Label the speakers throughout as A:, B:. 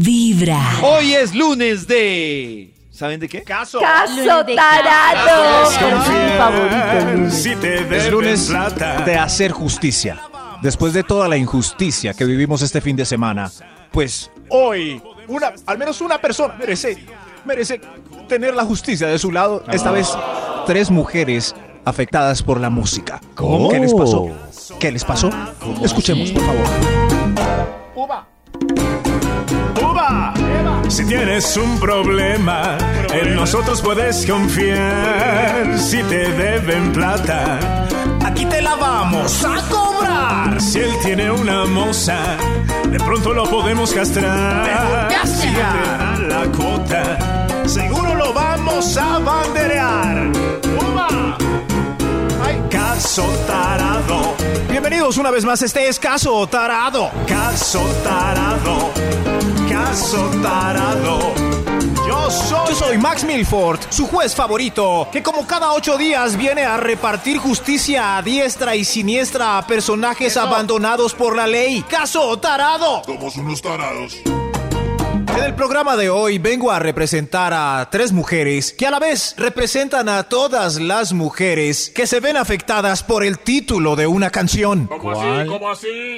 A: Vibra.
B: Hoy es lunes de. ¿Saben de qué?
C: Caso.
A: Caso
D: Lunes de
A: tarado. Mi favorito. el lunes.
E: Si te
C: Es
E: deben
C: lunes
E: plata.
C: de hacer justicia. Después de toda la injusticia que vivimos este fin de semana, pues hoy una, al menos una persona merece, merece tener la justicia de su lado. Esta vez tres mujeres afectadas por la música.
B: ¿Cómo?
C: ¿Qué les pasó? ¿Qué les pasó? Escuchemos, por favor.
E: Si tienes un problema, en nosotros puedes confiar. Si te deben plata, aquí te la vamos a cobrar. Si él tiene una moza, de pronto lo podemos castrar. Si no te dan la cuota, seguro lo vamos a banderear. ¡Uva! ¡Ay, caso tarado!
C: Bienvenidos una vez más. Este es Caso Tarado.
E: Caso tarado, caso tarado. Yo soy.
C: Yo soy Max Milford, su juez favorito, que como cada ocho días viene a repartir justicia a diestra y siniestra a personajes abandonados por la ley. ¡Caso tarado!
F: Somos unos tarados.
C: En el programa de hoy vengo a representar a tres mujeres que a la vez representan a todas las mujeres que se ven afectadas por el título de una canción.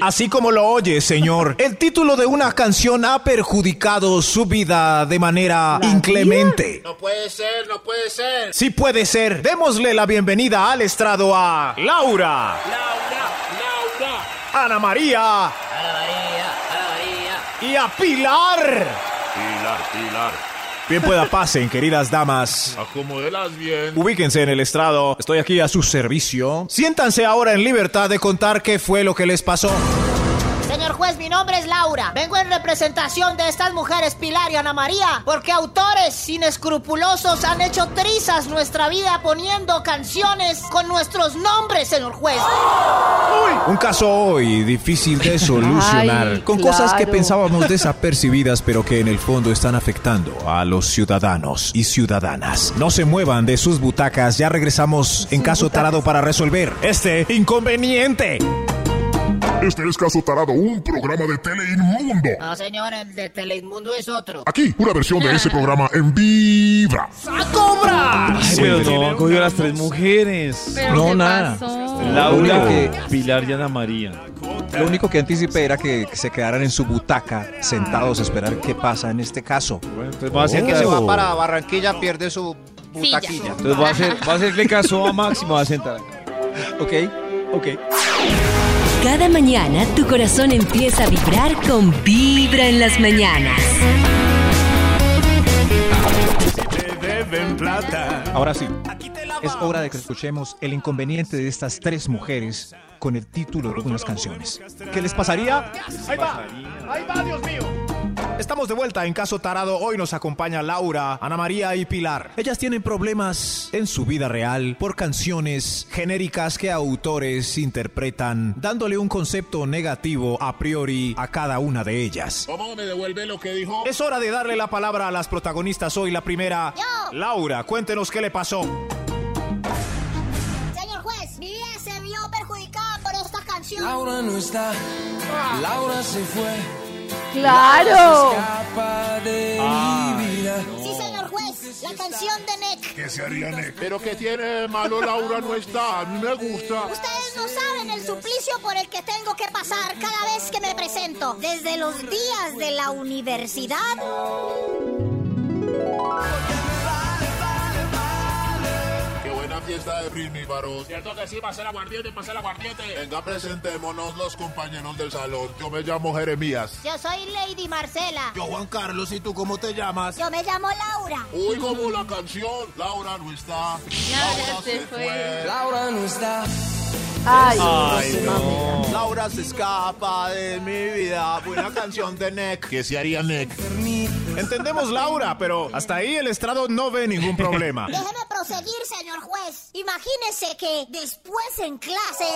C: Así como lo oye, señor. El título de una canción ha perjudicado su vida de manera inclemente. No puede ser, no puede ser. Sí puede ser. Démosle la bienvenida al estrado a Laura. Laura, Laura. Ana María. Ana María, Ana María. Y a Pilar.
F: Pilar, Pilar.
C: Bien pueda pasen, queridas damas.
F: Acomódelas bien.
C: Ubíquense en el estrado. Estoy aquí a su servicio. Siéntanse ahora en libertad de contar qué fue lo que les pasó.
D: Señor juez, mi nombre es Laura. Vengo en representación de estas mujeres Pilar y Ana María, porque autores inescrupulosos han hecho trizas nuestra vida poniendo canciones con nuestros nombres, señor juez.
C: Un caso hoy difícil de solucionar,
A: Ay,
C: con cosas que
A: claro.
C: pensábamos desapercibidas, pero que en el fondo están afectando a los ciudadanos y ciudadanas. No se muevan de sus butacas, ya regresamos en caso tarado para resolver este inconveniente.
F: Este es Caso Tarado, un programa de tele inmundo.
D: No, señor, el de Teleinmundo es otro.
F: Aquí, una versión de ese programa en Vibra.
B: Pero no, cogió a las tres mujeres.
C: No,
G: no,
C: nada.
G: nada.
B: Laura,
C: Lo único
B: Pilar y Ana María.
C: Lo único que anticipé era que se quedaran en su butaca, sentados a esperar qué pasa en este caso.
B: Bueno, entonces va a ser
C: El que se va para
H: Barranquilla pierde su
G: Silla. butaquilla.
B: Entonces va a ser, va a hacerle caso a Máximo, va a sentar.
C: Ok, ok.
A: Cada mañana tu corazón empieza a vibrar con Vibra en las mañanas.
E: Te deben plata.
C: Ahora sí, es hora de que escuchemos el inconveniente de estas tres mujeres con el título de algunas canciones. ¿Qué les pasaría? Ahí va, ahí va, Dios mío. Estamos de vuelta en Caso Tarado. Hoy nos acompaña Laura, Ana María y Pilar. Ellas tienen problemas en su vida real por canciones genéricas que autores interpretan, dándole un concepto negativo a priori a cada una de ellas.
F: ¿Cómo me devuelve lo que dijo?
C: Es hora de darle la palabra a las protagonistas. Hoy la primera,
D: Yo.
C: Laura, cuéntenos qué le pasó.
D: Señor juez, mi vida Pues se vio perjudicada por esta canción.
I: Laura no está, Laura se fue,
A: ¡Claro!
I: escapa de mi vida.
D: Sí, señor juez, la canción de Nick.
F: ¿Qué se haría, Nick? Pero que tiene de malo Laura no está. A mí me gusta.
D: Ustedes no saben el suplicio por el que tengo que pasar cada vez que me presento. Desde los días de la universidad
F: Qué buena fiesta de Britney, varón. Cierto que sí, pasar aguardiente, pasar aguardiente. Venga, presentémonos los compañeros del salón. Yo me llamo Jeremías.
D: Yo soy Lady Marcela.
C: Yo, Juan Carlos, ¿y tú cómo te llamas?
D: Yo me llamo Laura.
F: Uy, como la canción. Laura no está.
G: Laura se fue.
I: Laura no está,
A: Ay,
C: Laura se escapa de mi vida. Buena canción de Nick.
F: ¿Qué se haría, Nick?
C: Entendemos, Laura, pero hasta ahí el estrado no ve ningún problema.
D: Déjeme proseguir, señor juez. Imagínese que después en clase.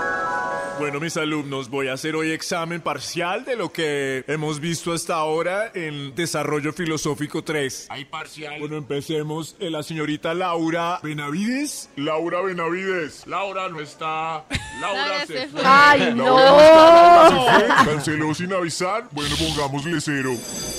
E: Bueno, mis alumnos, voy a hacer hoy examen parcial de lo que hemos visto hasta ahora en Desarrollo Filosófico 3.
F: Hay parcial.
E: Bueno, empecemos. Eh, La señorita Laura Benavides.
F: Laura Benavides. Laura no está. Laura se fue.
G: ¡Ay,
F: Laura no está. Laura se fue. Canceló sin avisar. Bueno, pongámosle cero.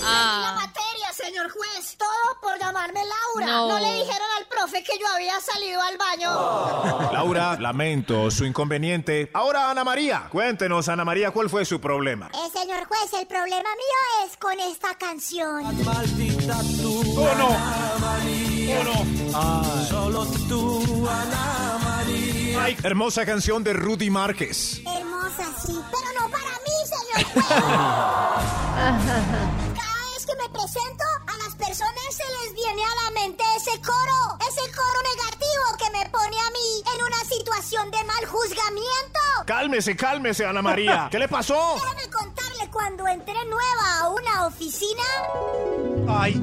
G: Ah,
D: Materia, señor juez. Todo por llamarme Laura.
G: No.
D: No, le dijeron al profe que yo había salido al baño.
C: Laura, lamento su inconveniente. Ahora, Ana María, cuéntenos, Ana María, ¿cuál fue su problema?
H: Eh, señor juez, el problema mío es con esta canción.
I: Maldita tú, Ana María. Solo tú, Ana María.
C: Ay, hermosa canción de Rudy Márquez.
H: Hermosa, sí, pero no para mí, señor juez. Cada vez que me presento, a las personas se les viene a la mente ese coro, ese coro negativo que me pone a mí en una situación de mal juzgamiento.
C: Cálmese, cálmese, Ana María. ¿Qué le pasó?
H: Déjame contarle cuando entré nueva a una oficina.
C: Ay,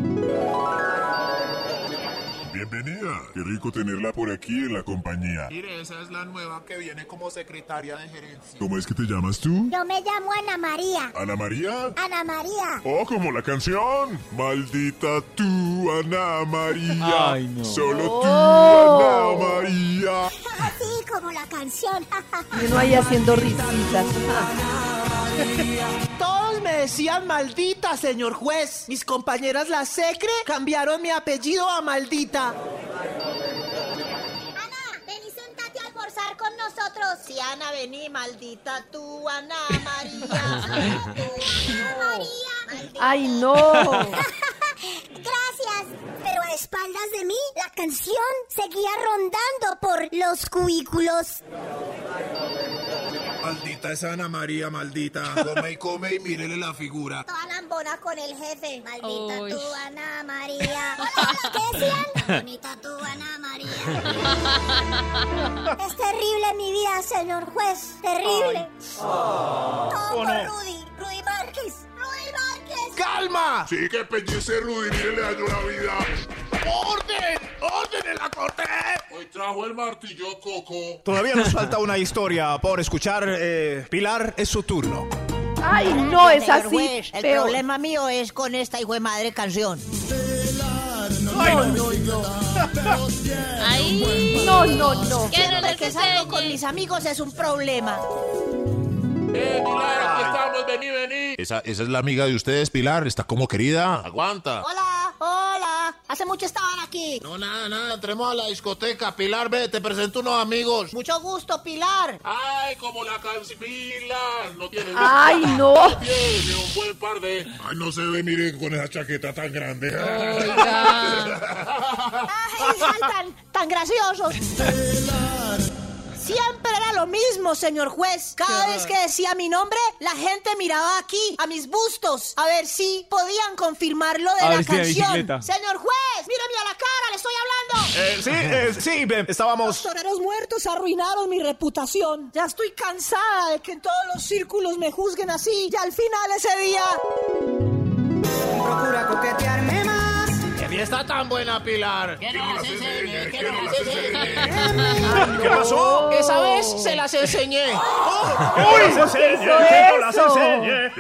F: Bienvenida. Qué rico tenerla por aquí en la compañía.
E: Mire, esa es la nueva que viene como secretaria de gerencia.
F: ¿Cómo es que te llamas tú?
H: Yo me llamo Ana María.
F: Ana María.
H: Ana María.
F: Oh, como la canción. Maldita tú, Ana María.
B: Ay, no.
F: Solo tú, Ana María.
H: Así como la canción.
J: Y uno ahí haciendo risitas.
D: Todos me decían maldita, señor juez. Mis compañeras la secre cambiaron mi apellido a maldita.
H: Ana, ven y sentate a almorzar con nosotros.
D: Si Ana vení, maldita tú, Ana María.
H: María.
J: ¡Ay, no!
H: Gracias. Pero a espaldas de mí, la canción seguía rondando por los cubículos.
E: Maldita esa Ana María, maldita. Come y come y mírele la figura.
H: Toda lambona con el jefe. Maldita
G: Uy.
H: tú, Ana María. Hola, hola, ¿Qué decían? Bonita tú, Ana María. es terrible mi vida, señor juez. Terrible. Todo por Rudy. Rudy Márquez. Rudy Márquez.
C: calma.
F: Sí, que pellizce Rudy, mire, le dañó la vida.
C: ¡Orden! ¡Orden en la corte!
F: Hoy trajo el martillo Coco.
C: Todavía nos falta una historia por escuchar. eh, Pilar, es su turno.
J: ¡Ay, no! Es
D: Señor
J: así.
D: juez, el
J: peor.
D: problema mío es con esta hijo de madre canción.
G: ahí.
J: No, no, no.
D: Siempre que salgo con mis amigos es un problema.
F: ¡Eh, Pilar, aquí estamos! ¡Vení, vení! Esa, esa es la amiga de ustedes, Pilar. Está como querida. Aguanta.
D: Hola, hola. Hace mucho estaban aquí.
F: No, nada, nada. Entremos a la discoteca. Pilar, ve, te presento unos amigos.
D: Mucho gusto, Pilar.
F: ¡Ay, como la canción! Pilar, no tiene...
J: ¡Ay, no!
F: Tiene un buen par de... Ay, no se ve, miren, con esa chaqueta tan grande.
D: Ay, saltan tan graciosos. Siempre era lo mismo, señor juez. Cada vez que decía mi nombre, la gente miraba aquí, a mis bustos, a ver si podían confirmar lo de
B: A
D: la
B: ver si era
D: canción.
B: bicicleta.
D: señor juez, mírame a la cara, le estoy hablando.
C: Eh, sí, eh, sí, eh,
D: Los
C: estábamos.
D: toreros muertos arruinaron mi reputación. Ya estoy cansada de que en todos los círculos me juzguen así. Y al final ese día.
I: Procura coquetearme más.
F: ¡Qué fiesta tan buena, Pilar!
C: ¿Qué pasó?
D: Esa vez se las enseñé.
C: ¡Uy! ¡No las
J: eso?
C: enseñe!
F: ¡Que no las enseñe!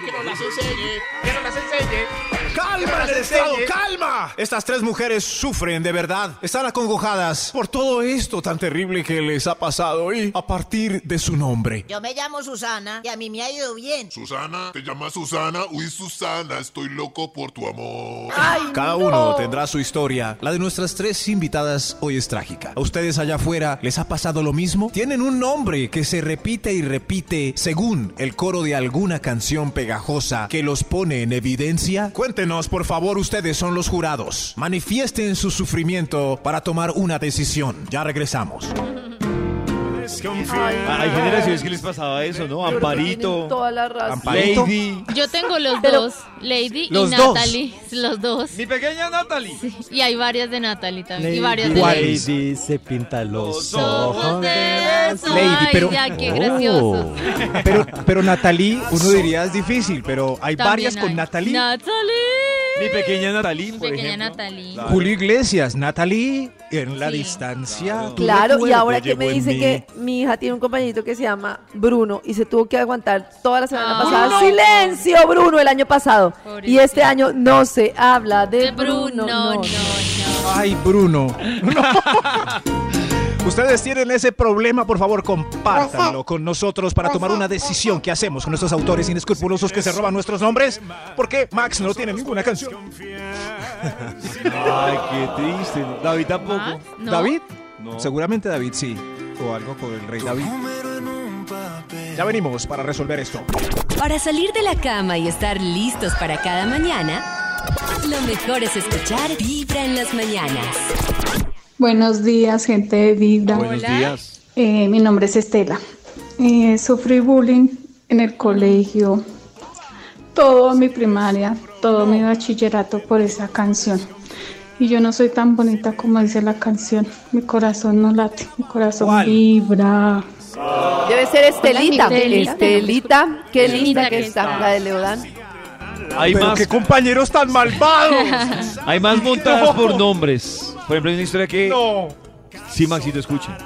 F: ¡Que no las enseñe!
C: ¡Calma, el Estado! ¡Calma! Estas tres mujeres sufren de verdad. Están acongojadas por todo esto tan terrible que les ha pasado y a partir de su nombre.
D: Yo me llamo Susana y a mí me ha ido bien.
F: Susana, ¿te llamas Susana? Uy, Susana, estoy loco por tu amor.
J: ¡Ay,
C: Cada
J: no!
C: uno tendrá su historia. La de nuestras tres invitadas hoy es trágica. ¿A ustedes allá afuera les ha pasado lo mismo? Tienen un nombre que se repite y repite según el coro de alguna canción pegajosa que los pone en evidencia. Cuéntenos, por favor, ustedes son los jurados. Manifiesten su sufrimiento para tomar una decisión. Ya regresamos.
B: Ah, Hay generaciones que les pasaba eso, ¿no?
J: Tienen
B: Amparito,
J: Toda la razón.
C: Amparito.
B: Lady.
G: Yo tengo los
J: Pero-
G: dos, Lady
B: Los
G: y
B: dos.
G: Natalie. Los dos.
B: Mi pequeña Natalie.
G: Y hay varias de Natalie también. Y varias de Lady.
K: Lady se pinta los
G: Ojos de beso.
K: Lady,
G: Ay,
K: pero- Oh.
G: ya, qué gracioso.
K: Pero, pero Natalie, uno diría es difícil, pero hay
G: También
K: varias con
G: hay.
K: Natalie.
G: Natalie.
B: Mi pequeña Natalie, por
L: Pequeña
B: ejemplo.
L: Natalie.
B: Claro.
C: Julio Iglesias, Natalie, en la
L: Sí.
C: distancia. tu
D: Claro, y
C: recuerdo
D: ahora que me
C: llegó en
D: dicen
C: mí.
D: que mi hija tiene un compañerito que se llama Bruno y se tuvo que aguantar toda la semana
L: Ah.
D: pasada.
L: Bruno.
D: ¡Silencio, Bruno! El año pasado. Y
L: Pobrecito.
D: este año no se habla de,
L: De
D: Bruno.
L: Bruno,
D: no,
L: no,
D: no.
L: no.
C: Ay, Bruno. No. Ustedes tienen ese problema, por favor, compártanlo con nosotros para tomar una decisión que hacemos con estos autores inescrupulosos que se roban nuestros nombres, porque Max no tiene ninguna canción.
B: Ay, qué triste. David tampoco.
L: Max, ¿no?
C: ¿David?
B: No.
C: Seguramente David sí, o algo con el rey David. Ya venimos para resolver esto.
A: Para salir de la cama y estar listos para cada mañana, lo mejor es escuchar Vibra en las mañanas.
M: Buenos días, gente de Vibra.
B: Buenos días.
M: Eh, mi nombre es Estela. Eh, sufrí bullying en el colegio, todo mi primaria, todo mi bachillerato por esa canción. Y yo no soy tan bonita como dice la canción. Mi corazón no late, mi corazón
C: ¿Cuál?
M: vibra.
D: Debe ser Estelita.
L: Hola, amigos.
D: Estelita, qué
L: Estelita
D: linda que
L: que
D: está.
L: está.
D: La de Leodán.
B: Hay
C: Pero
B: más,
C: qué compañeros tan malvados.
B: hay más montadas
C: No.
B: por nombres. Por ejemplo, hay una historia que.
C: No.
B: Sí, Maxito, escucha.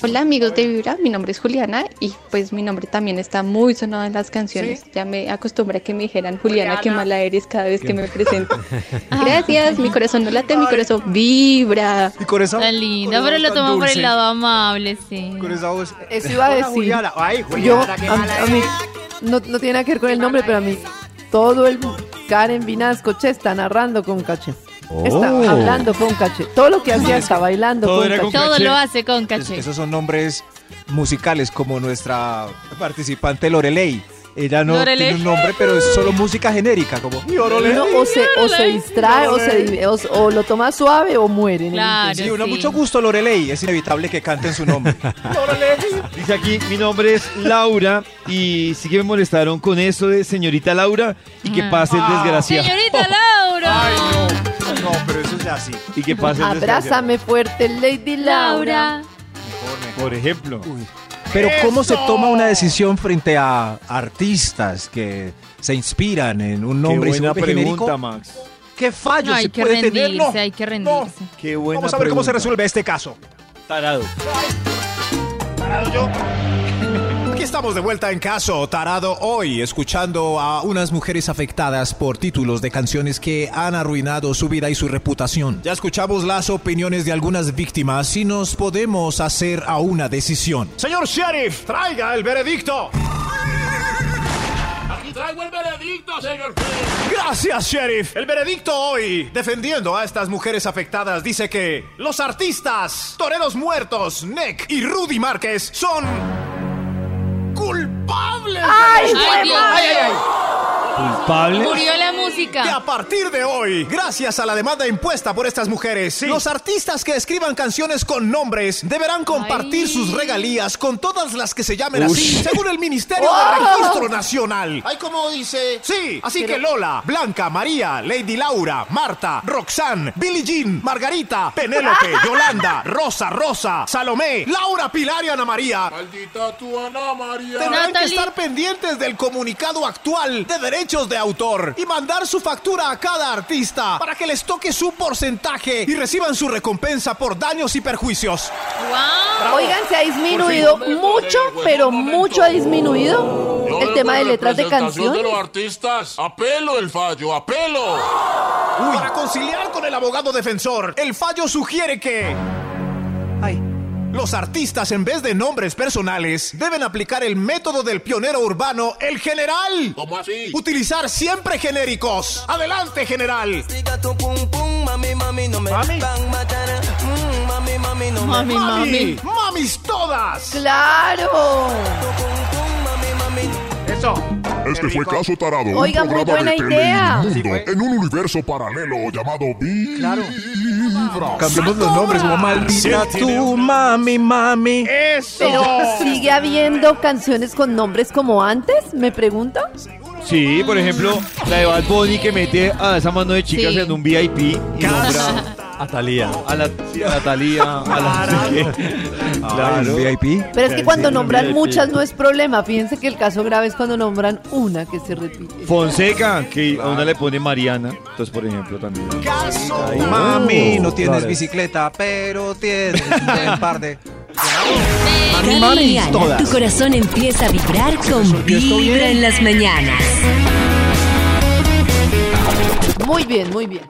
M: Hola amigos de Vibra, mi nombre es Juliana y pues mi nombre también está muy sonado en las canciones. Ya me acostumbré a que me dijeran Juliana, qué mala eres cada vez que me presento. Gracias, mi corazón no late, mi corazón vibra.
C: Y con esa,
L: Tan linda,
C: con
L: pero lo
C: tan
L: tomo por
C: dulce,
L: el lado amable, sí.
C: Con esa voz.
D: Eso iba a
C: Hola,
D: decir.
C: Juliana. Ay,
D: Yo,
C: Juliana, qué
D: a,
C: mala
D: a mí, no, no tiene nada que ver con el nombre, pero a mí, todo el Karen Vinasco, che, está narrando con caché. Está
N: Oh.
D: hablando con caché. Todo lo que hacía está bailando
B: todo
D: con
B: era con
D: caché.
L: Todo
B: Caché.
L: lo hace con
C: Es-
L: caché.
C: esos son nombres musicales como nuestra participante Lorelei. Ella no
L: Lorelei.
C: tiene un nombre, pero es solo música genérica, como "Mi Lorelei".
D: Uno o se, o se distrae, o, se, di- o, o lo toma suave o muere. ¿no?
L: Claro,
C: Sí, uno
L: sí.
C: mucho gusto Lorelei, es inevitable que canten su nombre.
B: Dice aquí, mi nombre es Laura y sí que me molestaron con eso de señorita Laura y que pase el desgraciado.
L: Mm. Ah. Señorita Laura.
C: Ay, no, no, pero eso es así.
B: Y que pase el desgraciado.
D: Abrázame fuerte, Lady Laura.
L: Laura.
B: Por ejemplo.
C: Pero ¿cómo se toma una decisión frente a artistas que se inspiran en un
B: Qué
C: nombre y
B: buena
C: súper genérico?
B: pregunta, Max.
C: ¿Qué fallo
L: No,
C: se
L: hay que
C: puede tener? No,
L: rendirse, hay que rendirse.
B: Qué buena
C: Vamos a ver cómo se
B: pregunta.
C: resuelve este caso.
B: Tarado.
C: Aquí estamos de vuelta en caso tarado hoy, escuchando a unas mujeres afectadas por títulos de canciones que han arruinado su vida y su reputación. Ya escuchamos las opiniones de algunas víctimas y nos podemos hacer a una decisión. Señor sheriff, traiga el veredicto.
F: Aquí traigo el veredicto, señor.
C: Gracias, sheriff. El veredicto hoy, defendiendo a estas mujeres afectadas, dice que los artistas, Toreros Muertos, Nick y Rudy Márquez son culpables.
D: ¡Ay,
L: Ay, Dios mío.
B: ¿Culpable?
L: Murió la
C: que
L: música.
C: a partir de hoy, gracias a la demanda impuesta por estas mujeres, los artistas que escriban canciones con nombres deberán compartir
L: Ay.
C: sus regalías con todas las que se llamen así, según el Ministerio
L: ¡Oh!
C: de Registro Nacional. Ay, como dice. Sí, así que Lola, Blanca, María, Lady Laura, Marta, Roxanne, Billie Jean, Margarita, Penélope, Yolanda, Rosa, Rosa, Salomé, Laura, Pilar y Ana María
F: Maldita tu Ana María.
C: Tendrán que
L: Natalie.
C: estar pendientes del comunicado actual de derechos de autor y mandar su factura a cada artista para que les toque su porcentaje y reciban su recompensa por daños y perjuicios.
L: Wow.
D: Oigan, se ha disminuido mucho, pero mucho ha disminuido
F: Yo
D: el
F: vengo
D: tema de
F: en
D: letras de
F: representación
D: canciones.
F: de los artistas. Apelo el fallo, apelo.
C: Para conciliar con el abogado defensor, el fallo sugiere que... Ay. Los artistas, en vez de nombres personales, deben aplicar el método del pionero urbano, el general.
F: ¿Cómo así?
C: Utilizar siempre genéricos. Adelante, general. Mami.
L: Mami, mami.
C: Mamis todas.
D: Claro.
C: Eso.
F: Este fue Caso Tarado,
D: Oiga,
F: un
D: muy
F: programa de
D: buena
F: tele
D: idea.
F: inmundo,
C: Sí, fue.
F: en un universo paralelo llamado Vibra.
C: Cambiemos los nombres, como maldita
E: Sí, tiene
C: tú,
E: un-
C: mami, mami.
D: Pero sigue habiendo canciones con nombres como antes, me pregunto.
B: Sí, por ejemplo, la de Bad Bunny que mete a esa mano de chicas
L: Sí.
B: en un VIP y nombra
O: A Talía.
B: A la, a la Talía, a la...
O: Claro.
B: VIP.
D: Pero es que cuando nombran muchas no es problema. Fíjense que el caso grave es cuando nombran una que se repite.
B: Fonseca, que a una le pone Mariana. Entonces, por ejemplo, también. Ahí.
E: Mami, no
B: Oh,
E: tienes
B: claro.
E: bicicleta, pero tienes un par de.
A: Cami
E: Mami,
A: y Ana,
E: todas.
A: tu corazón empieza a vibrar con
E: esto bien.
A: Vibra en las mañanas.
D: Muy bien, muy bien.